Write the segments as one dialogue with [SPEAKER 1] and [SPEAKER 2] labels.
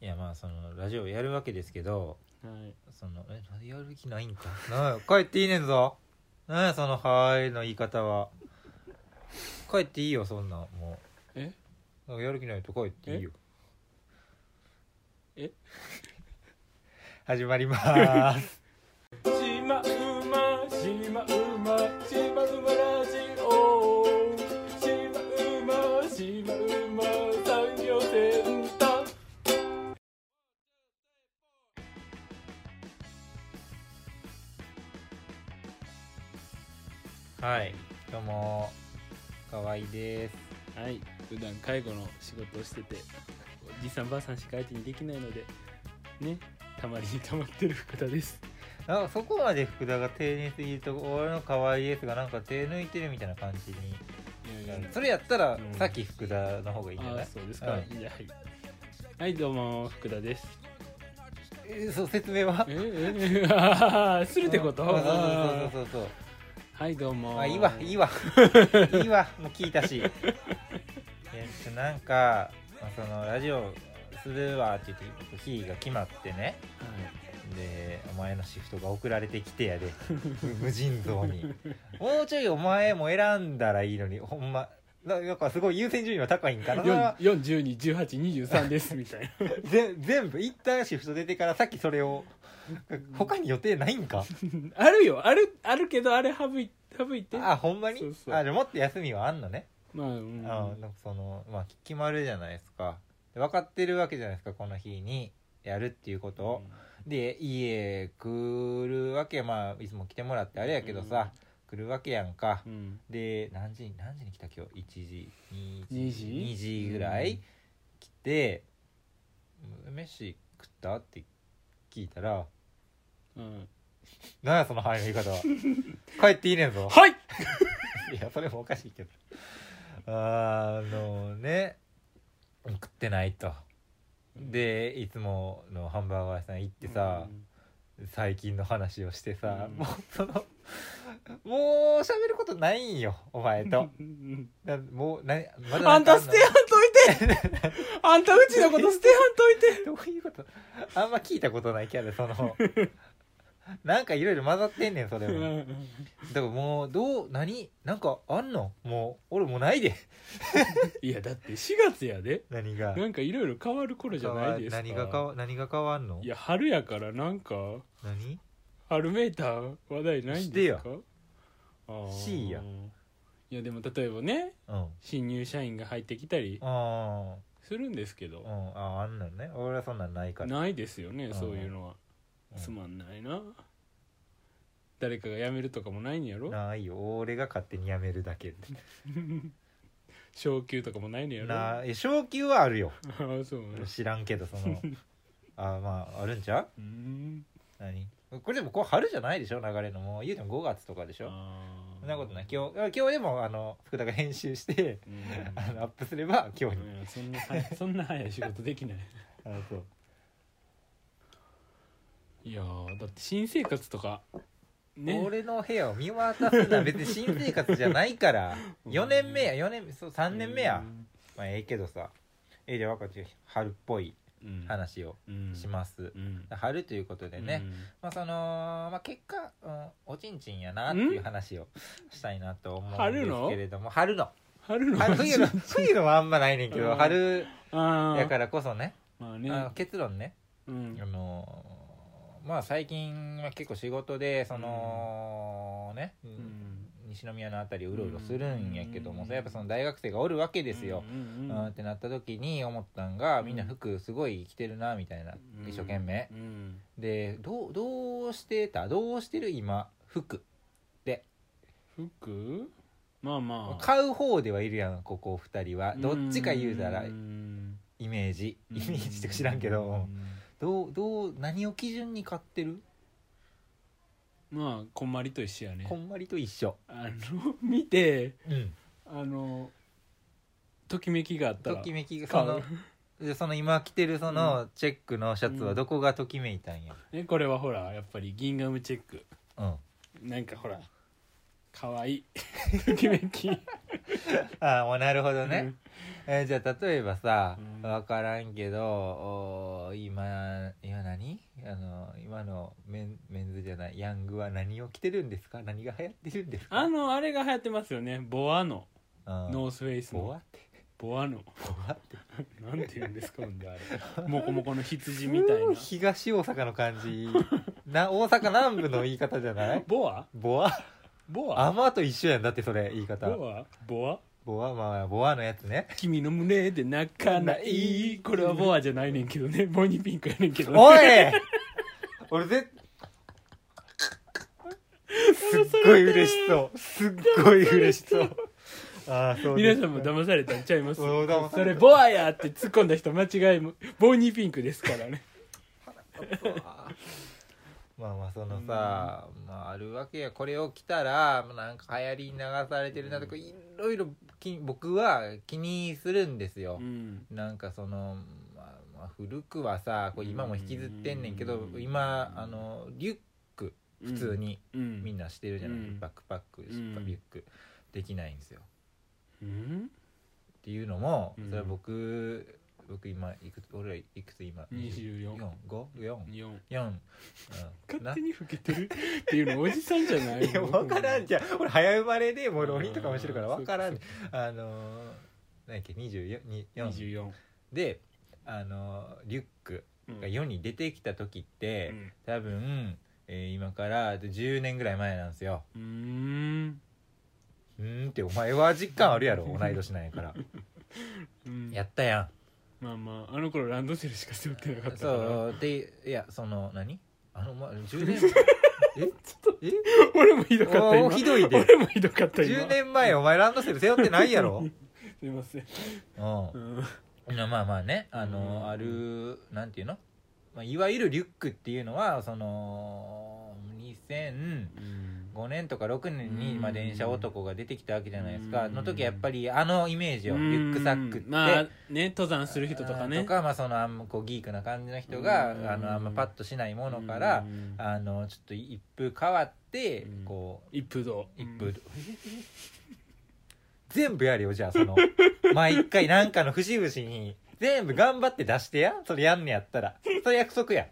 [SPEAKER 1] いやまあそのラジオやるわけですけど
[SPEAKER 2] はい
[SPEAKER 1] そのえやる気ないんか なあ帰っていいねんぞなんやその「はーい」の言い方は帰っていいよそんなんも
[SPEAKER 2] え
[SPEAKER 1] うなんかやる気ないと帰っていいよ
[SPEAKER 2] え
[SPEAKER 1] 始まりまー す
[SPEAKER 2] シマウマシマウマシマウマラジオシマウマシマウマ産業センター
[SPEAKER 1] はいどうも河合です
[SPEAKER 2] はい普段介護の仕事をしてておじいさんばあさんしか相手にできないのでねたまりにたまってる福田です
[SPEAKER 1] なんかそこまで福田が丁寧すぎると俺の河合ですがなんか手抜いてるみたいな感じに
[SPEAKER 2] い
[SPEAKER 1] なるそれやったら、
[SPEAKER 2] うん
[SPEAKER 1] さっき福田の方がいいんじゃ
[SPEAKER 2] あ
[SPEAKER 1] な
[SPEAKER 2] あ
[SPEAKER 1] い
[SPEAKER 2] そうですか、
[SPEAKER 1] はい
[SPEAKER 2] い、じゃあはいはいどうも福田です
[SPEAKER 1] えーそう説明は
[SPEAKER 2] えええ あーするってこと
[SPEAKER 1] そう
[SPEAKER 2] あ
[SPEAKER 1] そうそうそうそう
[SPEAKER 2] ーはいど
[SPEAKER 1] そ
[SPEAKER 2] う
[SPEAKER 1] う
[SPEAKER 2] も
[SPEAKER 1] あいいわいいわ いいわもう聞いたしえっとなんかまあそのラジオするわって言って日が決まってねでお前のシフトが送られてきて やで無尽蔵にもうちょいお前も選んだらいいのにほんまななんかすごい優先順位は高いんかな
[SPEAKER 2] はい、4 4 2 18 23ですみたいな
[SPEAKER 1] ぜ全部一旦シフト出てからさっきそれを他に予定ないんか
[SPEAKER 2] あるよあるあるけどあれ省い省いて
[SPEAKER 1] あほんまに
[SPEAKER 2] そうそう
[SPEAKER 1] あじゃあもっと休みはあんのね、
[SPEAKER 2] まあうん
[SPEAKER 1] あのそのまあ決まるじゃないですかで分かってるわけじゃないですかこの日にやるっていうことを、で家来るわけまあいつも来てもらってあれやけどさ、来るわけやんか、
[SPEAKER 2] うん
[SPEAKER 1] で何時に何時に来た今日1時2
[SPEAKER 2] 二
[SPEAKER 1] 時 ,2
[SPEAKER 2] 時
[SPEAKER 1] 時ぐらい来て「飯食った?」って聞いたら
[SPEAKER 2] うんうん
[SPEAKER 1] 「何やその範囲の言い 方は帰っていいねんぞ」
[SPEAKER 2] はい
[SPEAKER 1] いやそれもおかしいけどあのね食ってないとでいつものハンバーガー屋さん行ってさ、最近の話をしてさ、
[SPEAKER 2] うん
[SPEAKER 1] もうそのもう喋ることないんよお前と
[SPEAKER 2] うんうん
[SPEAKER 1] なもうなまだ
[SPEAKER 2] あんた捨て
[SPEAKER 1] よ
[SPEAKER 2] はんと いてあんたうちのこと捨てはんといて
[SPEAKER 1] どういうことあんま聞いたことないキャラそのなんかいろいろ混ざってんねんそれ
[SPEAKER 2] う
[SPEAKER 1] も
[SPEAKER 2] ん
[SPEAKER 1] だからもうどう何なんかあんのもう俺もうないで
[SPEAKER 2] いやだって4月やで
[SPEAKER 1] 何が
[SPEAKER 2] なんかいろいろ変わる頃 じゃないですか
[SPEAKER 1] 何が変わ何が変わんの
[SPEAKER 2] いや春やからなんか
[SPEAKER 1] 何
[SPEAKER 2] 春めいた話題ないんですかあー
[SPEAKER 1] しいや
[SPEAKER 2] いやでも例えばね
[SPEAKER 1] うんあ
[SPEAKER 2] 新入社員が入ってきたり
[SPEAKER 1] あ
[SPEAKER 2] するんですけ
[SPEAKER 1] うん
[SPEAKER 2] ど
[SPEAKER 1] ああんなんね俺はそんなんないから
[SPEAKER 2] ないですよね
[SPEAKER 1] ん
[SPEAKER 2] そういうのは
[SPEAKER 1] うん
[SPEAKER 2] すまんないな誰かが辞めるとかもないんやろ
[SPEAKER 1] ないよ俺が勝手に辞めるだけ
[SPEAKER 2] 昇給とかもないのやろ
[SPEAKER 1] なえ昇給はあるよ
[SPEAKER 2] あー そうね
[SPEAKER 1] 知らんけどそ のあーまああるんちゃう
[SPEAKER 2] うん
[SPEAKER 1] 何これでもこう春じゃないでしょ流れのもう言うても5月とかでしょ
[SPEAKER 2] あー
[SPEAKER 1] そんなことない今日今日でもあの福田が編集して
[SPEAKER 2] うん
[SPEAKER 1] あのアップすれば今日に
[SPEAKER 2] うんそんな 早いそんな早い仕事 できない
[SPEAKER 1] あのそう
[SPEAKER 2] いやーだって新生活とかね
[SPEAKER 1] 俺の部屋を見渡すのは別に新生活じゃないから
[SPEAKER 2] うん
[SPEAKER 1] 4年目や4年そう3
[SPEAKER 2] 三
[SPEAKER 1] 年目やまあええけどさええじゃあ若ち春っぽい話をします、
[SPEAKER 2] うん
[SPEAKER 1] 春ということでね、
[SPEAKER 2] うん
[SPEAKER 1] まあその、まあ、結果、うん、おちんちんやなっていう話をしたいなと思うんですけれども春の
[SPEAKER 2] 春の
[SPEAKER 1] 春冬の冬のはあんまないねんけ
[SPEAKER 2] う
[SPEAKER 1] ど
[SPEAKER 2] ん
[SPEAKER 1] 春
[SPEAKER 2] あ
[SPEAKER 1] やかららこそね
[SPEAKER 2] まあ
[SPEAKER 1] あ
[SPEAKER 2] ね
[SPEAKER 1] の結論ね
[SPEAKER 2] うん
[SPEAKER 1] あのーまあ最近は結構仕事でそのね、
[SPEAKER 2] ん
[SPEAKER 1] 西宮の辺りをうろうろするんやけども、
[SPEAKER 2] うん
[SPEAKER 1] やっぱその大学生がおるわけですよ、
[SPEAKER 2] う
[SPEAKER 1] う
[SPEAKER 2] んうんんうん
[SPEAKER 1] ってなった時に思ったんが
[SPEAKER 2] うん
[SPEAKER 1] みんな服すごい着てるなみたいな、
[SPEAKER 2] うん
[SPEAKER 1] 一生懸命
[SPEAKER 2] うん
[SPEAKER 1] でどうどうしてたどうしてる今服
[SPEAKER 2] 服まあまあ
[SPEAKER 1] 買う方ではいるやんここ二人はどっちか言うたら
[SPEAKER 2] うん
[SPEAKER 1] イメージイメージって知らんけど、どうどう何を基準に買ってる
[SPEAKER 2] まあこんまりと一緒やね
[SPEAKER 1] こんまりと一緒、
[SPEAKER 2] あの見て
[SPEAKER 1] うん、
[SPEAKER 2] あのときめきがあった
[SPEAKER 1] と
[SPEAKER 2] ら
[SPEAKER 1] きめきがそ
[SPEAKER 2] 買
[SPEAKER 1] の
[SPEAKER 2] う
[SPEAKER 1] でその今着てるそのチェックのシャツはどこがときめいたんや、
[SPEAKER 2] ねこれはほらやっぱりギンガムチェック
[SPEAKER 1] うん、
[SPEAKER 2] なんかほらかわい いときめき
[SPEAKER 1] ああもうなるほどね、えーじゃあ例えばさ
[SPEAKER 2] うん
[SPEAKER 1] 分からんけどおーのメンメンズじゃないヤングは何を着てるんですか何が流行ってるんですか
[SPEAKER 2] あのあれが流行ってますよねボアの
[SPEAKER 1] うん
[SPEAKER 2] ノースフェイス
[SPEAKER 1] ボワ
[SPEAKER 2] の
[SPEAKER 1] って
[SPEAKER 2] ボアの
[SPEAKER 1] ボワって
[SPEAKER 2] なんて言うんですかほんであれモコモコの羊みたいな
[SPEAKER 1] 東大阪の感 じな大阪南部の言い方じゃない
[SPEAKER 2] ボア
[SPEAKER 1] ボア
[SPEAKER 2] ボア
[SPEAKER 1] アマと一緒やんだってそれ言い方
[SPEAKER 2] ボアボア
[SPEAKER 1] ボアまあボアのやつね
[SPEAKER 2] 君の胸で泣 かないこれはボアじゃないねんけどねボニーピンクやねんけどね
[SPEAKER 1] おい俺ぜすっごい嬉しそうすっごい嬉しそう ああそうで
[SPEAKER 2] 皆
[SPEAKER 1] す
[SPEAKER 2] さんも騙されたんちゃいます
[SPEAKER 1] お騙された
[SPEAKER 2] それボアやって突っ込んだ人間違いもボニーピンクですからね
[SPEAKER 1] まあまあそのさ、まああるわけやこれを着たらまあなんか流行りに流されてるなとかいろいろき僕は気にするんですよ
[SPEAKER 2] う、ん
[SPEAKER 1] なんかその、まあまあ、古くはさこれ今も引きずってんねんけど
[SPEAKER 2] うん
[SPEAKER 1] 今あのリュック普通に
[SPEAKER 2] うん
[SPEAKER 1] みんなしてるじゃない、
[SPEAKER 2] うん
[SPEAKER 1] バックパックリ
[SPEAKER 2] うん
[SPEAKER 1] ュックできないんですよ
[SPEAKER 2] うん
[SPEAKER 1] っていうのも
[SPEAKER 2] うん
[SPEAKER 1] それは僕僕今いくつ俺らいくつ今
[SPEAKER 2] 24
[SPEAKER 1] 2454
[SPEAKER 2] 四
[SPEAKER 1] な
[SPEAKER 2] 勝手に老けてるっていうのおじさんじゃない
[SPEAKER 1] いや分からんじゃん 俺早生まれでもう浪人とかもしてるから
[SPEAKER 2] あー
[SPEAKER 1] 分からん
[SPEAKER 2] そっ
[SPEAKER 1] あのー何やっけ2424
[SPEAKER 2] 24
[SPEAKER 1] であのーリュックが世に出てきた時って、
[SPEAKER 2] うん
[SPEAKER 1] 多分、えー今から10年ぐらい前なんですよ
[SPEAKER 2] うーん
[SPEAKER 1] うーんってお前は実感あるやろ同い年なんや から
[SPEAKER 2] うん
[SPEAKER 1] やったや
[SPEAKER 2] まあまああの頃ランドセルしか背負ってなかっ
[SPEAKER 1] ん
[SPEAKER 2] たから
[SPEAKER 1] そうでいやその何あの、ま、10年ええ
[SPEAKER 2] 俺もひどかった
[SPEAKER 1] お
[SPEAKER 2] 今
[SPEAKER 1] ーひどいで
[SPEAKER 2] 俺もひどかった今
[SPEAKER 1] 10年前お前ランドセル背負ってないや ろ
[SPEAKER 2] すいません
[SPEAKER 1] うん
[SPEAKER 2] うん
[SPEAKER 1] いやまあまあねあ
[SPEAKER 2] うん
[SPEAKER 1] のあるなんていうの、まあ、いわゆるリュックっていうのはその2005年とか6年に、
[SPEAKER 2] うん
[SPEAKER 1] まあ、電車男が出てきたわけじゃないですか
[SPEAKER 2] うん
[SPEAKER 1] の時やっぱりあのイメージを
[SPEAKER 2] う
[SPEAKER 1] リ
[SPEAKER 2] ん
[SPEAKER 1] ュックサックって、
[SPEAKER 2] まあね登山する人とか
[SPEAKER 1] あ
[SPEAKER 2] ね
[SPEAKER 1] ーとか、まあ、そのあんまこうギークな感じの人が、
[SPEAKER 2] うん
[SPEAKER 1] あのあんまパッとしないものから、
[SPEAKER 2] うん
[SPEAKER 1] あのちょっと一風変わって、
[SPEAKER 2] うん
[SPEAKER 1] こう
[SPEAKER 2] 一風堂
[SPEAKER 1] 一風、 全部やれよじゃあその毎回なんかの節々に全部頑張って出してやそれやんねやったらそれ約束や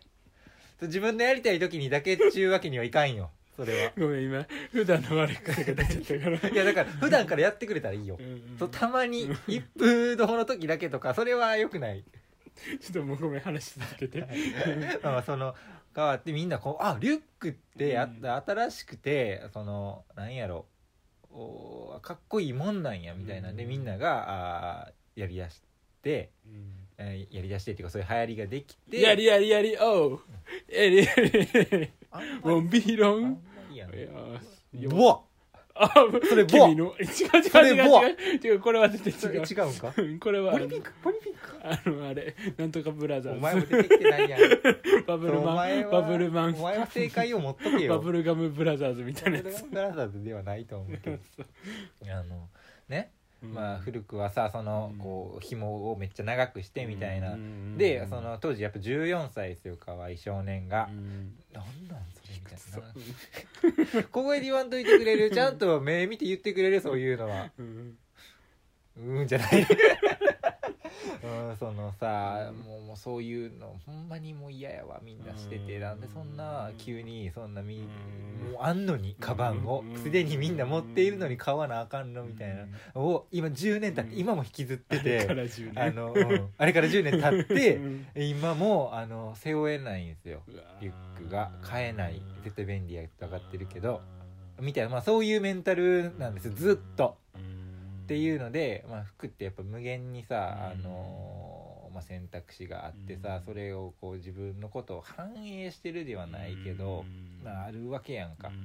[SPEAKER 1] それ自分のやりたい時にだけっちゅうわけにはいかんよそれは
[SPEAKER 2] ごめん今普段の悪い癖が出ちゃったから
[SPEAKER 1] いやだから普段からやってくれたらいいよ
[SPEAKER 2] うんうんち
[SPEAKER 1] そ
[SPEAKER 2] ょ
[SPEAKER 1] うたまに一風堂の時だけとかそれはよくない
[SPEAKER 2] っともうごめん話し続けて
[SPEAKER 1] まあまあその変わってみんなこうあリュックってあった新しくてそのなんやろおかっこいいもんなんやみたいなんで
[SPEAKER 2] うん
[SPEAKER 1] みんながあーやりだして、
[SPEAKER 2] うん
[SPEAKER 1] えーやりだしてっていうかそういう流行りができて
[SPEAKER 2] やりやりやりおうやりやりやり
[SPEAKER 1] あんま
[SPEAKER 2] ボンビーロ
[SPEAKER 1] あん
[SPEAKER 2] ン
[SPEAKER 1] まりやん
[SPEAKER 2] いやーよ
[SPEAKER 1] うわ
[SPEAKER 2] あ
[SPEAKER 1] それボア
[SPEAKER 2] 君の違
[SPEAKER 1] そう
[SPEAKER 2] 違う
[SPEAKER 1] れボア
[SPEAKER 2] 違う違う違うこれは絶
[SPEAKER 1] そ
[SPEAKER 2] 対
[SPEAKER 1] れ
[SPEAKER 2] 違
[SPEAKER 1] 違
[SPEAKER 2] う
[SPEAKER 1] うん か
[SPEAKER 2] うんこれは
[SPEAKER 1] ポリピンクポリピンク
[SPEAKER 2] あのあれなんとかブラザ
[SPEAKER 1] お
[SPEAKER 2] ー
[SPEAKER 1] 前も
[SPEAKER 2] ズ
[SPEAKER 1] 出てきてないやん
[SPEAKER 2] バブル
[SPEAKER 1] お
[SPEAKER 2] マ
[SPEAKER 1] 前
[SPEAKER 2] ン
[SPEAKER 1] は
[SPEAKER 2] バブルマン
[SPEAKER 1] お前は正解を持っとけよ
[SPEAKER 2] バブルガムブラザーズみたいなやつ
[SPEAKER 1] ブラザーズではないと思うけ どあのねまあ、古くはさその
[SPEAKER 2] うん
[SPEAKER 1] こう紐をめっちゃ長くしてみたいな、
[SPEAKER 2] な
[SPEAKER 1] でその当時やっぱ14歳ですよ可愛い少年が
[SPEAKER 2] う、ん
[SPEAKER 1] なんなんそれみた
[SPEAKER 2] そう
[SPEAKER 1] いな小声で言わんといてくれるちゃんと目見て言ってくれるそういうのは
[SPEAKER 2] うん
[SPEAKER 1] うんじゃないうんそのさもうもうそういうのほんまにもう嫌やわみんなしてて
[SPEAKER 2] うん
[SPEAKER 1] なんでそんな急にそんなみ
[SPEAKER 2] うん
[SPEAKER 1] もうあんのにカバンを
[SPEAKER 2] うん
[SPEAKER 1] すでにみんな持っているのに買わなあかんのみたいなを今10年経って
[SPEAKER 2] うん
[SPEAKER 1] 今も引きずって
[SPEAKER 2] だ
[SPEAKER 1] て
[SPEAKER 2] から10
[SPEAKER 1] あ
[SPEAKER 2] 年
[SPEAKER 1] の、うんあれから10年経って
[SPEAKER 2] うん
[SPEAKER 1] 今もあの背負えないんですよ
[SPEAKER 2] うわー
[SPEAKER 1] リュックが買えない絶対便利やと分かってるけどみたいな、まあ、そういうメンタルなんですずっと。
[SPEAKER 2] うん
[SPEAKER 1] っていうので、まあ、服ってやっぱ無限にさ、あのーまあ、選択肢があって
[SPEAKER 2] う
[SPEAKER 1] さ
[SPEAKER 2] ん
[SPEAKER 1] それをこう自分のことを反映してるではないけど、
[SPEAKER 2] うん
[SPEAKER 1] まあ、あるわけやんか。
[SPEAKER 2] う
[SPEAKER 1] っ
[SPEAKER 2] ん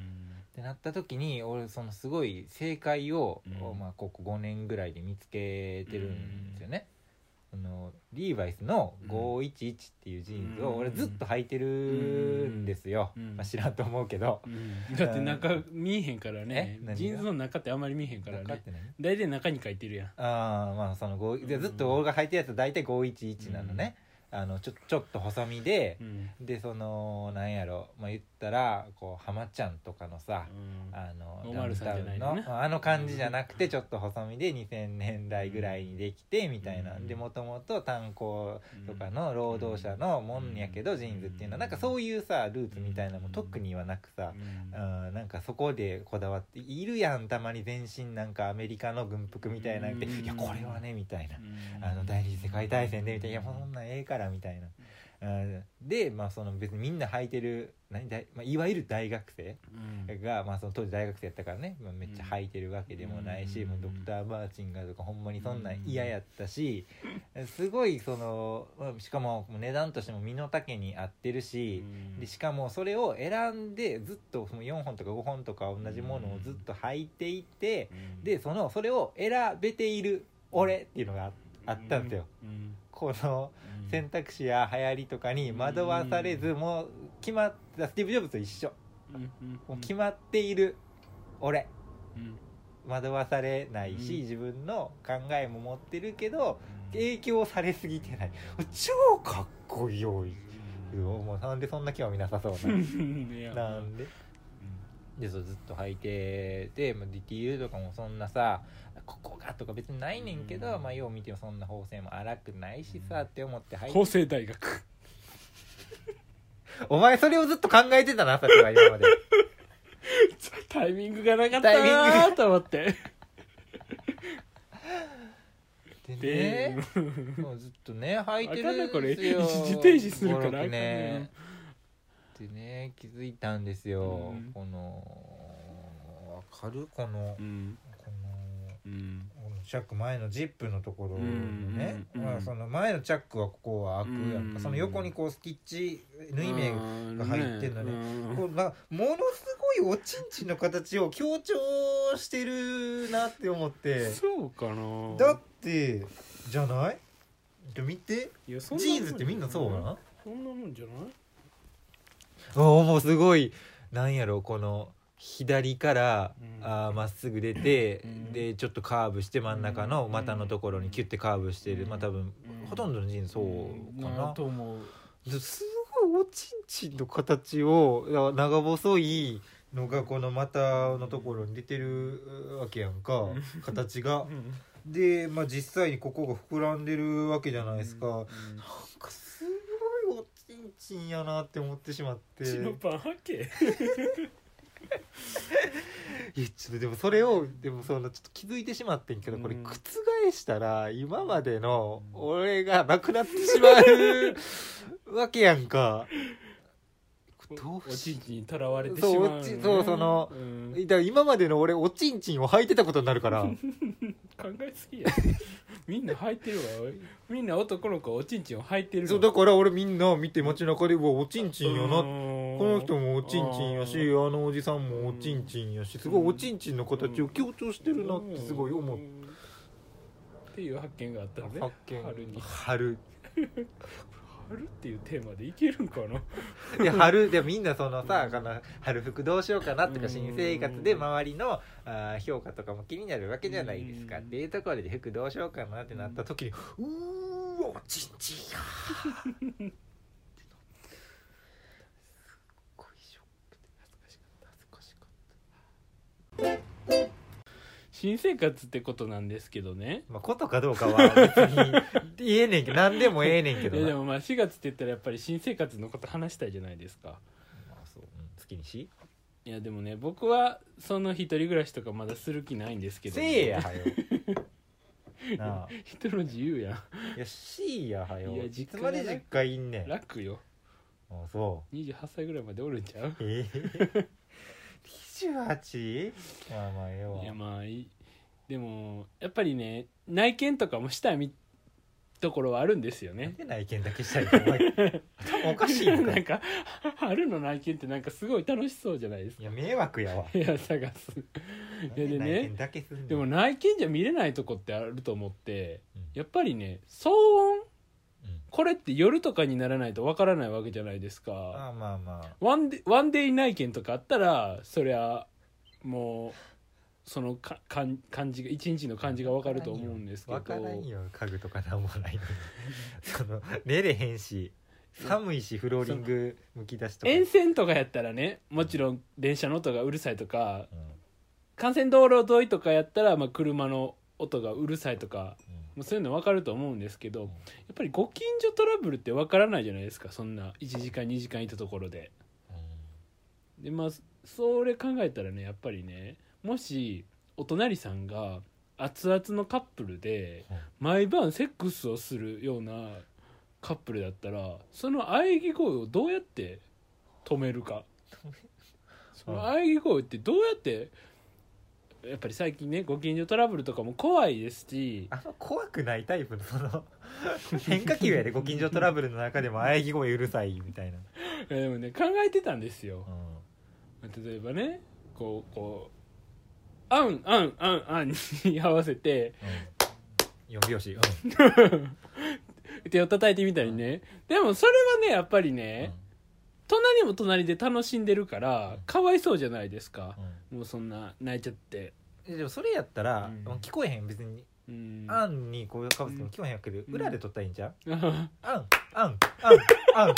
[SPEAKER 1] てなった時に俺そのすごい正解を、
[SPEAKER 2] うん
[SPEAKER 1] まあ、ここ5年ぐらいで見つけてるんですよね。あのリーバイスの511っていうジーンズ
[SPEAKER 2] う
[SPEAKER 1] を
[SPEAKER 2] ん
[SPEAKER 1] 俺ずっと履いてるんですよ、
[SPEAKER 2] うん
[SPEAKER 1] まあ、知らんと思うけど。
[SPEAKER 2] うんだって中見えへんからね
[SPEAKER 1] え何が
[SPEAKER 2] ジーンズの中ってあんまり見えへんから
[SPEAKER 1] わかっ
[SPEAKER 2] ね
[SPEAKER 1] てない
[SPEAKER 2] 大体中に書いてるやん
[SPEAKER 1] ああまあその5、でずっと俺が履いてるやつは大体511なのね、あのちょちょっと細身で
[SPEAKER 2] う、ん
[SPEAKER 1] でそのなんやろ、まあ、言ったらこう浜ちゃんとかのさ、あの
[SPEAKER 2] おまるさん
[SPEAKER 1] ダウンタウン
[SPEAKER 2] じゃないのね
[SPEAKER 1] あの感じじゃなくてちょっと細身で2000年代ぐらいにできてみたいな、
[SPEAKER 2] うん
[SPEAKER 1] でもともと炭鉱
[SPEAKER 2] うん
[SPEAKER 1] とかの労働者のもんやけど、ジーンズっていうのはなんかそういうさルーツみたいなのも特にはなくさ、
[SPEAKER 2] うん
[SPEAKER 1] うん、なんかそこでこだわっているやんたまに全身なんかアメリカの軍服みたいなんで「
[SPEAKER 2] うん
[SPEAKER 1] いやこれはね」みたいな「
[SPEAKER 2] うん
[SPEAKER 1] あの第二次世界大戦で」みたいな「いやもうそんなんええから」みたいな。うん、で、まあ、その別にみんな履いてる何大、まあ、いわゆる大学生
[SPEAKER 2] うん
[SPEAKER 1] が、まあ、その当時大学生やったからね、まあ、めっちゃ履いてるわけでもないし、
[SPEAKER 2] うん
[SPEAKER 1] もうドクター・マーチンがとかほんまにそんなん嫌やったし、すごいそのまあしかももう値段としても身の丈に合ってるし、
[SPEAKER 2] うん
[SPEAKER 1] でしかもそれを選んでずっとその4本とか5本とか同じものをずっと履いていて
[SPEAKER 2] うん
[SPEAKER 1] でそのそれを選べている俺っていうのがああったんですよ。
[SPEAKER 2] うんうん
[SPEAKER 1] この選択肢や流行りとかに惑わされずもう決まったスティーブ・ジョブズと一緒
[SPEAKER 2] うんうん
[SPEAKER 1] もう決まっている俺
[SPEAKER 2] うん
[SPEAKER 1] 惑わされない
[SPEAKER 2] うん
[SPEAKER 1] し自分の考えも持ってるけど影響されすぎてない超かっこいいよ
[SPEAKER 2] うん
[SPEAKER 1] もうなんでそんな興味なさそうな
[SPEAKER 2] うんいや
[SPEAKER 1] なんででそうずっと履いてて、まあ、ディティールとかもそんなさここがとか別にないねんけど、
[SPEAKER 2] うん
[SPEAKER 1] まあよう見てもそんな縫製も荒くないしさ、
[SPEAKER 2] うん
[SPEAKER 1] って思って履い
[SPEAKER 2] 法
[SPEAKER 1] て
[SPEAKER 2] 政大学
[SPEAKER 1] お前それをずっと考えてたなさては今まで
[SPEAKER 2] タイミングがなかっ
[SPEAKER 1] タイミン
[SPEAKER 2] たなと思って
[SPEAKER 1] でねもうずっとね履いてるんですよ
[SPEAKER 2] あかんなこれ 一時停止するからあかんな
[SPEAKER 1] 56ねでね気づいたんですよ、
[SPEAKER 2] うん
[SPEAKER 1] このわかるこの、
[SPEAKER 2] うん
[SPEAKER 1] この
[SPEAKER 2] うん
[SPEAKER 1] チャック前のジップのところのね、
[SPEAKER 2] うんうん
[SPEAKER 1] まあ、その前のチャックはここは開くやんか、
[SPEAKER 2] うん
[SPEAKER 1] その横にこうスティッチ縫い目が
[SPEAKER 2] が
[SPEAKER 1] 入ってんのね
[SPEAKER 2] ね
[SPEAKER 1] こうなものすごいおちんちんの形を強調してるなって思って
[SPEAKER 2] そうかな
[SPEAKER 1] だってじゃないで見て
[SPEAKER 2] いやそんな
[SPEAKER 1] ジ
[SPEAKER 2] も
[SPEAKER 1] ーンズってみんなそうかな
[SPEAKER 2] そんなもんじゃない
[SPEAKER 1] おーもうすごいなんやろこの左から
[SPEAKER 2] うん
[SPEAKER 1] あーまっすぐ出て、
[SPEAKER 2] うん
[SPEAKER 1] でちょっとカーブして真ん中の股のところにキュッてカーブしてる、
[SPEAKER 2] うん
[SPEAKER 1] まあ多分、
[SPEAKER 2] うん
[SPEAKER 1] ほとんどの人そうかな、
[SPEAKER 2] と思う
[SPEAKER 1] ですごいおちんちんの形をいや長細いのがこの股のところに出てるわけやんか形がで、まあ、実際にここが膨らんでるわけじゃないですか、なんかすごいおちんちんやなって思ってしまって
[SPEAKER 2] チノパンはけ
[SPEAKER 1] いやちょっとでもそれをでもそのちょっと気づいてしまってんけどこれ
[SPEAKER 2] うん
[SPEAKER 1] 覆したら今までの
[SPEAKER 2] うん
[SPEAKER 1] 俺がなくなってしま うわけやんか。ど
[SPEAKER 2] お
[SPEAKER 1] う
[SPEAKER 2] ち
[SPEAKER 1] し
[SPEAKER 2] んちんにとらわれてしまうよね
[SPEAKER 1] そうおちそうその
[SPEAKER 2] うん
[SPEAKER 1] だから今までの俺おちんちんを履いてたことになるから
[SPEAKER 2] 考えすぎやみんな履いてるわおいみんな男の子はおちんちんを履いてる
[SPEAKER 1] そうだから俺みんな見て街中でうわおちんちんやなこの人もおちんちんやしあのおじさんもおちんちんやしすごいおちんちんの形を強調してるなってすごい思っ
[SPEAKER 2] っていう発見があった
[SPEAKER 1] た
[SPEAKER 2] のね
[SPEAKER 1] 発見
[SPEAKER 2] 春に
[SPEAKER 1] 春
[SPEAKER 2] 春っていうテーマでいけるんかな
[SPEAKER 1] で春でみんなそのさこの春服どうしようかなとか
[SPEAKER 2] うん
[SPEAKER 1] 新生活で周りのあー評価とかも気になるわけじゃないですか
[SPEAKER 2] う
[SPEAKER 1] っ
[SPEAKER 2] ん
[SPEAKER 1] ていうところで服どうしようかなってなった時に「うーおちんちんやー」ってなってすっごいショックで恥ずかしかった恥ずかしかっ
[SPEAKER 2] 新生活ってことなんですけどね
[SPEAKER 1] たまあことかどうかは別に言えねんけど何でもええねんけ
[SPEAKER 2] い
[SPEAKER 1] ど
[SPEAKER 2] やで
[SPEAKER 1] な
[SPEAKER 2] もまあ4月って言ったらやっぱり新生活のこと話したいじゃないですか
[SPEAKER 1] まあそううん好きにし
[SPEAKER 2] いやでもね僕はその一人暮らしとかまだする気ないんですけど、
[SPEAKER 1] せえやはよなあ
[SPEAKER 2] 人の自由や
[SPEAKER 1] いやしいやはよ
[SPEAKER 2] いや
[SPEAKER 1] い
[SPEAKER 2] 実家
[SPEAKER 1] つまで実家いんねん
[SPEAKER 2] ん楽よ
[SPEAKER 1] あそ
[SPEAKER 2] 28歳ぐらいまでおるんちゃう
[SPEAKER 1] うええ 28? まあまあええわ
[SPEAKER 2] いやまあいいでもやっぱりね内見とかもしたいみところはあるんですよ
[SPEAKER 1] なん
[SPEAKER 2] ね
[SPEAKER 1] で内見だけしたいってお前頭おかしいのか
[SPEAKER 2] なん
[SPEAKER 1] い
[SPEAKER 2] か春の内見ってなんかすごい楽しそうじゃないですか
[SPEAKER 1] いや迷惑やわ
[SPEAKER 2] 部屋探す
[SPEAKER 1] なん
[SPEAKER 2] いや
[SPEAKER 1] で
[SPEAKER 2] で
[SPEAKER 1] 内
[SPEAKER 2] ね
[SPEAKER 1] 見だけすんねん
[SPEAKER 2] でも内見じゃ見れないとこってあると思って
[SPEAKER 1] うん
[SPEAKER 2] やっぱりね騒音
[SPEAKER 1] うん
[SPEAKER 2] これって夜とかにならないとわからないわけじゃないですか
[SPEAKER 1] まあまあまあ
[SPEAKER 2] ワンデワンデイ内見とかあったらそりゃもそのかかん漢字が一日の漢字が分かると思うんですけど
[SPEAKER 1] わからんよ家具とかなんもないのにその寝れへんし寒いしフローリングむき出しとか、
[SPEAKER 2] 沿線とかやったらねもちろん電車の音がうるさいとか
[SPEAKER 1] うん
[SPEAKER 2] 幹線道路沿いとかやったら、まあ、車の音がうるさいとか、
[SPEAKER 1] う
[SPEAKER 2] まあ、そういうの分かると思うんですけど
[SPEAKER 1] ん
[SPEAKER 2] やっぱりご近所トラブルって分からないじゃないですかそんな1時間2時間いたところで。でまあそれ考えたらねやっぱりねもしお隣さんが熱々のカップルで
[SPEAKER 1] うん
[SPEAKER 2] 毎晩セックスをするようなカップルだったらその喘ぎ声をどうやって止める かその喘ぎ声ってどうやってやっぱり最近ねご近所トラブルとかも怖いですし
[SPEAKER 1] あんま怖くないタイプのそ の変化球やでご近所トラブルの中でも喘ぎ声うるさいみたいな、
[SPEAKER 2] いやでもね考えてたんですよ
[SPEAKER 1] うん
[SPEAKER 2] 例えばねこうこう「あんあんあんあん」に 合わせて
[SPEAKER 1] うん、4拍子、うん
[SPEAKER 2] 手を叩いてみたりね、でもそれはねやっぱりね、隣も隣で楽しんでるからかわいそうじゃないですか
[SPEAKER 1] う、ん
[SPEAKER 2] もうそんな泣いちゃって
[SPEAKER 1] うんえでもそれやったら、
[SPEAKER 2] うん
[SPEAKER 1] もう聞こえへん別に
[SPEAKER 2] うん
[SPEAKER 1] 「あん」にこうかぶせても聞こえへんけど、
[SPEAKER 2] ん
[SPEAKER 1] 裏で撮ったらいいんじゃん
[SPEAKER 2] あ
[SPEAKER 1] 「あんあんあんあん」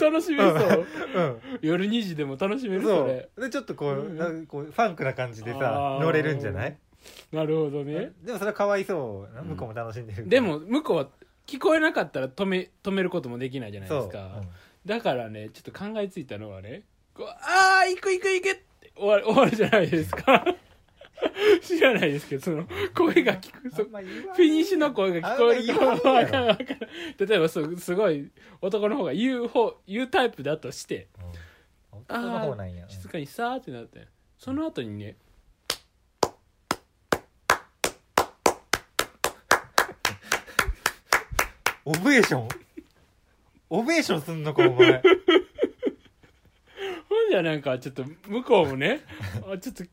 [SPEAKER 2] 楽しめ そう
[SPEAKER 1] うん
[SPEAKER 2] 夜2時でも楽しめる
[SPEAKER 1] そ
[SPEAKER 2] それ
[SPEAKER 1] うでちょっとこう,、
[SPEAKER 2] うん
[SPEAKER 1] なんかこうファンクな感じでさ
[SPEAKER 2] あー
[SPEAKER 1] 乗れるんじゃない
[SPEAKER 2] なるほどね
[SPEAKER 1] でもそれはかわいそうやな
[SPEAKER 2] うん
[SPEAKER 1] 向こうも楽しんでる、
[SPEAKER 2] でも向こうは聞こえなかったら止め止めることもできないじゃないですか、
[SPEAKER 1] そう
[SPEAKER 2] だからねちょっと考えついたのはねこうああ行く行く行けって終わる終わるじゃないですか 知らないですけどその声が聞く
[SPEAKER 1] う
[SPEAKER 2] そ
[SPEAKER 1] んあんま言わん
[SPEAKER 2] フィニッシュの声が聞こえるか
[SPEAKER 1] あんま
[SPEAKER 2] わ
[SPEAKER 1] 言わん
[SPEAKER 2] か
[SPEAKER 1] や
[SPEAKER 2] ん
[SPEAKER 1] ろ
[SPEAKER 2] ない例えばそうすごい男の方が言う方言うタイプだとして
[SPEAKER 1] うん男の方なんや
[SPEAKER 2] 静かにさーってなってその後にね
[SPEAKER 1] オベーションオベーションすんのかお 前
[SPEAKER 2] ほんじゃなんかちょっと向こうもね あちょっと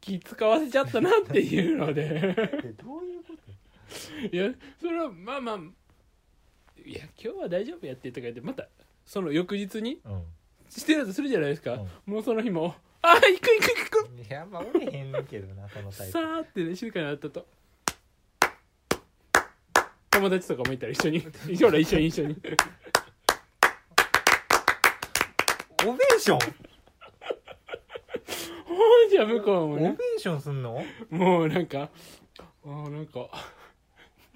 [SPEAKER 2] 気使わせちゃったなっていうので
[SPEAKER 1] えどういうこと
[SPEAKER 2] いやそれはまあまあいや今日は大丈夫やってとか言ってまたその翌日に
[SPEAKER 1] う
[SPEAKER 2] してるとするじゃないですか、
[SPEAKER 1] う
[SPEAKER 2] もうその日もあー行く行く行く
[SPEAKER 1] んいやまあおれへんけどなそのタイプ
[SPEAKER 2] さーってね静かになったと友達とかもいたら 一緒にほら一緒に一緒に
[SPEAKER 1] オベーション
[SPEAKER 2] ほんじゃ向こう
[SPEAKER 1] オ
[SPEAKER 2] も
[SPEAKER 1] ベー
[SPEAKER 2] ね
[SPEAKER 1] ションすんの
[SPEAKER 2] もうなんかあーなんか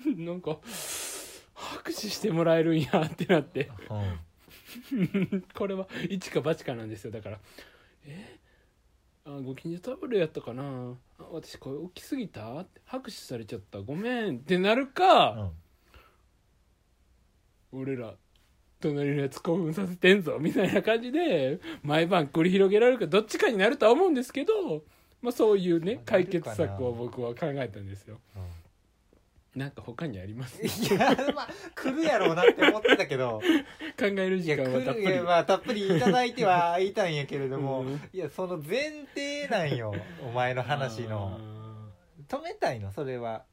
[SPEAKER 2] なんか拍手してもらえるんやってなって
[SPEAKER 1] うん
[SPEAKER 2] これは一か八かなんですよだからえあご近所トラブルやったかなあ私声大きすぎたって拍手されちゃったごめんってなるか、俺ら隣のやつ興奮させてんぞみたいな感じで毎晩繰り広げられるかどっちかになるとは思うんですけど、まあ、そういうね解決策を僕は考えたんですよなんか他にあります
[SPEAKER 1] いやまあ来るやろうなって思ってたけ ど
[SPEAKER 2] 考える
[SPEAKER 1] い
[SPEAKER 2] 時
[SPEAKER 1] や
[SPEAKER 2] 間は
[SPEAKER 1] 来
[SPEAKER 2] たっぷ
[SPEAKER 1] る
[SPEAKER 2] り
[SPEAKER 1] やまあたっぷりいただいてはいたんやけれども、
[SPEAKER 2] うん
[SPEAKER 1] いやその前提なんよお前の話の止めたいのそれは、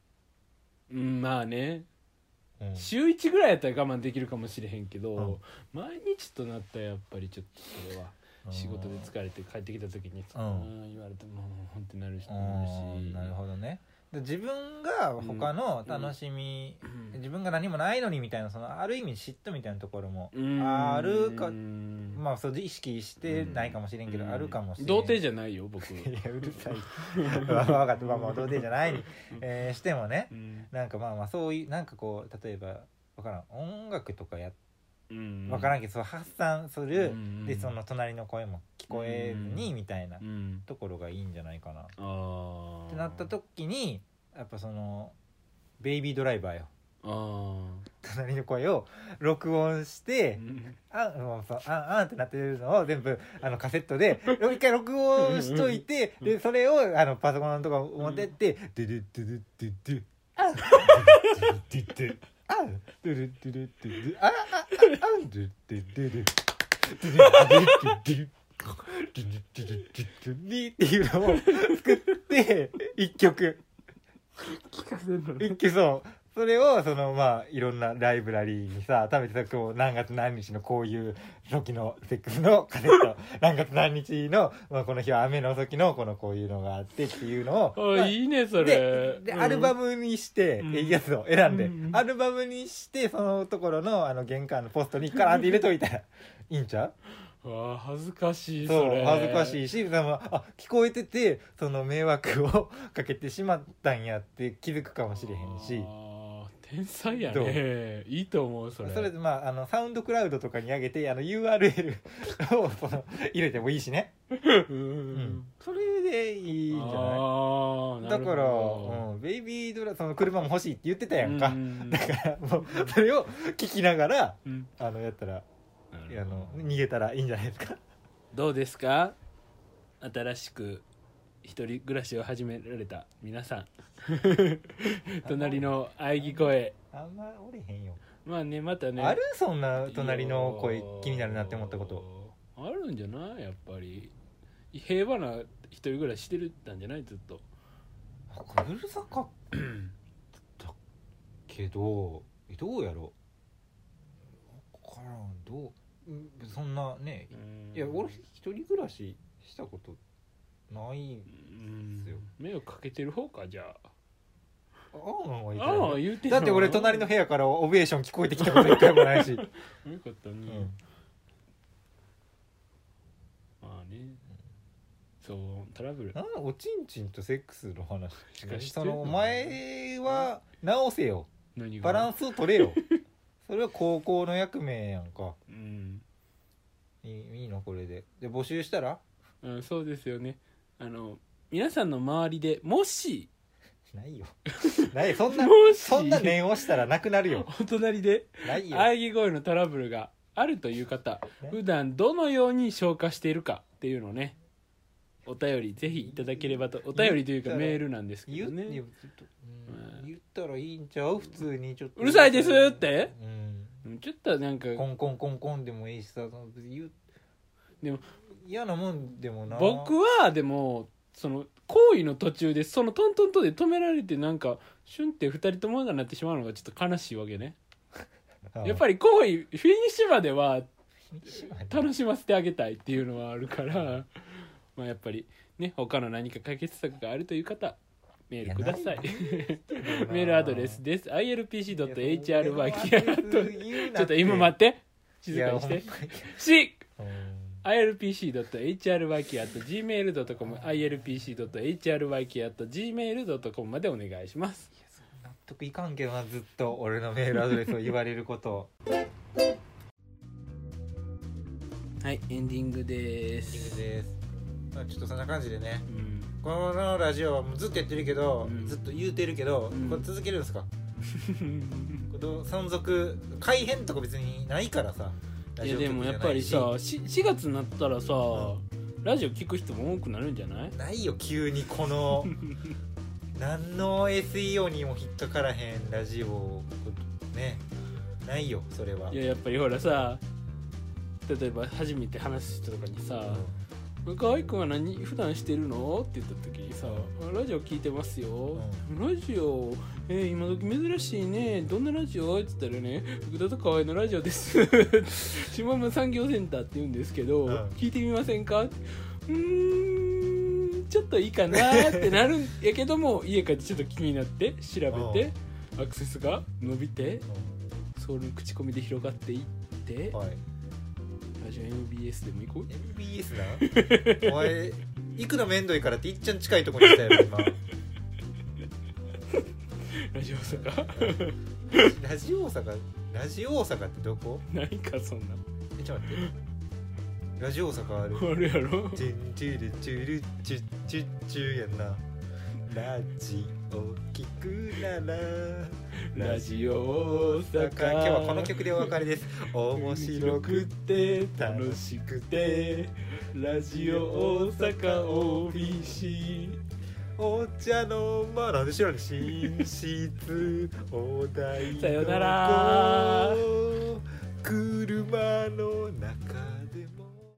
[SPEAKER 2] うんまあね
[SPEAKER 1] うん
[SPEAKER 2] 週1ぐらいやったら我慢できるかもしれへんけど、
[SPEAKER 1] うん
[SPEAKER 2] 毎日となったらやっぱりちょっとそれは仕事で疲れて帰ってきた時に
[SPEAKER 1] うん
[SPEAKER 2] うん言われてもほんってなる
[SPEAKER 1] う
[SPEAKER 2] 人もいる
[SPEAKER 1] ん
[SPEAKER 2] し
[SPEAKER 1] なるほどねで自分が他の楽しみ、
[SPEAKER 2] うん
[SPEAKER 1] 自分が何もないのにみたいなそのある意味嫉妬みたいなところも、
[SPEAKER 2] うん
[SPEAKER 1] あるか
[SPEAKER 2] うん
[SPEAKER 1] まあそう意識してないかもしれんけど、あるかもしれん
[SPEAKER 2] 童貞じゃないよ僕、
[SPEAKER 1] い やうるさい わ分かったまあまあ童貞じゃないに、えーしてもね
[SPEAKER 2] うん
[SPEAKER 1] なんかまあまあそういうなんかこう例えば分からん音楽とかや
[SPEAKER 2] うん
[SPEAKER 1] 分からんけど、そう発散する、
[SPEAKER 2] うん
[SPEAKER 1] でその隣の声も聞こえずに
[SPEAKER 2] うん
[SPEAKER 1] みたいな
[SPEAKER 2] うん
[SPEAKER 1] ところがいいんじゃないかな、
[SPEAKER 2] ああ
[SPEAKER 1] ってなった時にやっぱそのベイビードライバーよ
[SPEAKER 2] ああ
[SPEAKER 1] 隣の声を録音して、あもうそうああんってなってるのを全部あのカセットで一回録音しといてでそれをあのパソコンのとこ持ってって「ドゥドゥドゥドゥドゥあんドゥドゥドゥドゥあんドゥドゥドゥドゥドゥああああんドゥドゥドゥドゥドゥドゥドゥドゥドゥドゥドゥドゥドゥドゥドゥにっていうのを作って一曲
[SPEAKER 2] 聞かせるの
[SPEAKER 1] 一曲そうそれをそのまあいろんなライブラリーにさ食べてたこう何月何日のこういう時のセックスのカセット何月何日の、まあ、この日は雨の時のこのこういうのがあってっていう のを、ま
[SPEAKER 2] あ
[SPEAKER 1] あ
[SPEAKER 2] いいねそれ
[SPEAKER 1] ででアルバ
[SPEAKER 2] ム
[SPEAKER 1] ムにして、
[SPEAKER 2] うん
[SPEAKER 1] えいいやつを選んで、
[SPEAKER 2] うん
[SPEAKER 1] アルバムにしてそのところのあの玄関のポストにカラーって入れといた らいいんちゃう
[SPEAKER 2] わあ恥ずかしい
[SPEAKER 1] そ
[SPEAKER 2] そうれ
[SPEAKER 1] 恥ずかし
[SPEAKER 2] い
[SPEAKER 1] いしでもあ聞こえててその迷惑を かけてしまったんやって気づくかもしれへんし
[SPEAKER 2] 天才やねいいと思うそ
[SPEAKER 1] そ
[SPEAKER 2] れ
[SPEAKER 1] れでまああのサウンドクラウドとかに上げてあの URL を その入れてもいいしね、う
[SPEAKER 2] う
[SPEAKER 1] ん
[SPEAKER 2] ん
[SPEAKER 1] それでいいんじゃ
[SPEAKER 2] あ
[SPEAKER 1] な
[SPEAKER 2] ー
[SPEAKER 1] い
[SPEAKER 2] な
[SPEAKER 1] だ
[SPEAKER 2] る
[SPEAKER 1] か
[SPEAKER 2] ほ
[SPEAKER 1] ら、
[SPEAKER 2] ど
[SPEAKER 1] うん、ベイビードラその車も欲しいって言ってたやんか、
[SPEAKER 2] うん
[SPEAKER 1] だからもうそれを聞きながら
[SPEAKER 2] うん
[SPEAKER 1] あのやったらあ
[SPEAKER 2] なるほ
[SPEAKER 1] の
[SPEAKER 2] ど
[SPEAKER 1] 逃げたらいいんじゃないですか
[SPEAKER 2] どうですか新しく一人暮らしを始められた 皆さん隣の喘ぎ声
[SPEAKER 1] あんまおれへんよ、
[SPEAKER 2] まあねまたね
[SPEAKER 1] あるそんな隣の声気になるなって思ったこと
[SPEAKER 2] あるんじゃないやっぱり平和な一人暮らししてるたんじゃないずっと
[SPEAKER 1] なんかうるさかったけどえどうやろ分からんどうそんなねいや俺一人暮らししたことない
[SPEAKER 2] うん迷惑かけてる方かじゃあ
[SPEAKER 1] ああなんかいいじゃん
[SPEAKER 2] ああ言うてん
[SPEAKER 1] だ
[SPEAKER 2] の
[SPEAKER 1] って俺隣の部屋からオベーション聞こえてきたこと一回も ないし、
[SPEAKER 2] よかったね、
[SPEAKER 1] うん
[SPEAKER 2] まあねそうトラブル
[SPEAKER 1] なんおちんちんとセックスの話
[SPEAKER 2] しかしてん
[SPEAKER 1] そ
[SPEAKER 2] の
[SPEAKER 1] のお前は直せよ
[SPEAKER 2] 何が
[SPEAKER 1] バランスを取れよそれは高校の役目やんか
[SPEAKER 2] うん
[SPEAKER 1] いいいいのこれでで募集したら
[SPEAKER 2] うん、そうですよねあの皆さんの周りでもし
[SPEAKER 1] ないよ ないそん な
[SPEAKER 2] もし
[SPEAKER 1] そんな念をしたらなくなるよ
[SPEAKER 2] お隣で
[SPEAKER 1] ないよ
[SPEAKER 2] 喘ぎ声のトラブルがあるという方
[SPEAKER 1] ね
[SPEAKER 2] 普段どのように消化しているかっていうのをねお便りぜひいただければとお便りとい
[SPEAKER 1] 言
[SPEAKER 2] うか
[SPEAKER 1] ったら
[SPEAKER 2] メールなんですけ
[SPEAKER 1] 言
[SPEAKER 2] ど
[SPEAKER 1] う言
[SPEAKER 2] ね
[SPEAKER 1] う
[SPEAKER 2] うん
[SPEAKER 1] 言ったらいいんちゃう普通にちょっと
[SPEAKER 2] うるさいですって
[SPEAKER 1] うん
[SPEAKER 2] うんちょっとなんか
[SPEAKER 1] コンコンコンコンでもいいしさその別に言う
[SPEAKER 2] でも
[SPEAKER 1] 嫌なもんでもな
[SPEAKER 2] 僕はでもその行為の途中でそのトントントンで止められてなんかシュンって2人ともがなってしまうのがちょっと悲しいわけねやっぱり行為フィニッシュまでは
[SPEAKER 1] り
[SPEAKER 2] 楽しませてあげたいっていうのはあるからまあやっぱりね他の何か解決策があるという方メールくださいメールアドレスです ilpc.hry ちょっと今待
[SPEAKER 1] っ
[SPEAKER 2] って静かにしてし
[SPEAKER 1] ほんまに
[SPEAKER 2] ilpc.hryk.gmail.com ilpc.hryk.gmail.com までお願いします
[SPEAKER 1] 納得いかんけどなずっと俺のメールアドレスを言われること
[SPEAKER 2] はいエンディングで
[SPEAKER 1] キング
[SPEAKER 2] す
[SPEAKER 1] ですまあちょっとそんな感じでね
[SPEAKER 2] うん
[SPEAKER 1] このラジオはもうずっとやってるけど、
[SPEAKER 2] うん
[SPEAKER 1] ずっと言うてるけど、
[SPEAKER 2] うん
[SPEAKER 1] これ続けるんですかこれどう存続改変とか別にないからさラ
[SPEAKER 2] い
[SPEAKER 1] ジ
[SPEAKER 2] や
[SPEAKER 1] オ
[SPEAKER 2] で
[SPEAKER 1] 局
[SPEAKER 2] も
[SPEAKER 1] じゃ
[SPEAKER 2] や
[SPEAKER 1] ない
[SPEAKER 2] っぱり
[SPEAKER 1] し
[SPEAKER 2] さ 4, 月になったらさ、ラジオ聞く人も多くなるんじゃない
[SPEAKER 1] ないよ急にこ の何の SEO にも引っかからへんラジオねないよそれはい
[SPEAKER 2] ややっぱりほらさ例えば初めて話す人とかに
[SPEAKER 1] う
[SPEAKER 2] さ
[SPEAKER 1] ん
[SPEAKER 2] 「河合君は何普段してるの?」って言った時にさ「ラジオ聞いてますよ」ラジオえー今時珍しいねどんなラジオ?」って言ったらね「福田と河合のラジオです」 「下村産業センター」って言うんですけど、
[SPEAKER 1] うん
[SPEAKER 2] 聞いてみませんか?」うーんちょっといいかなってなるんやけども家帰ってちょっと気になって調べてアクセスが伸びてソウル口コミで広がっていって
[SPEAKER 1] うんはい
[SPEAKER 2] ラジオ MBS でも行こう
[SPEAKER 1] MBS なお前行くのめんどいからっていっちゃん近いとこに来たよ 今
[SPEAKER 2] ラジオ大阪
[SPEAKER 1] ラジオ大阪ラジオ大阪ってどこ
[SPEAKER 2] ないかそんな
[SPEAKER 1] えちょっと待ってラジオ大阪あ る
[SPEAKER 2] あれやろ
[SPEAKER 1] チュンチュルチュルチュチュチュやんなラジオ聞くなら
[SPEAKER 2] ラジオ大
[SPEAKER 1] だ
[SPEAKER 2] 阪
[SPEAKER 1] から今日はこの曲でお別れです面
[SPEAKER 2] 面
[SPEAKER 1] 白
[SPEAKER 2] 白
[SPEAKER 1] く
[SPEAKER 2] くて楽しくてラジオ大阪 OBC
[SPEAKER 1] お茶の間なんでしろね寝室お台所
[SPEAKER 2] さよなら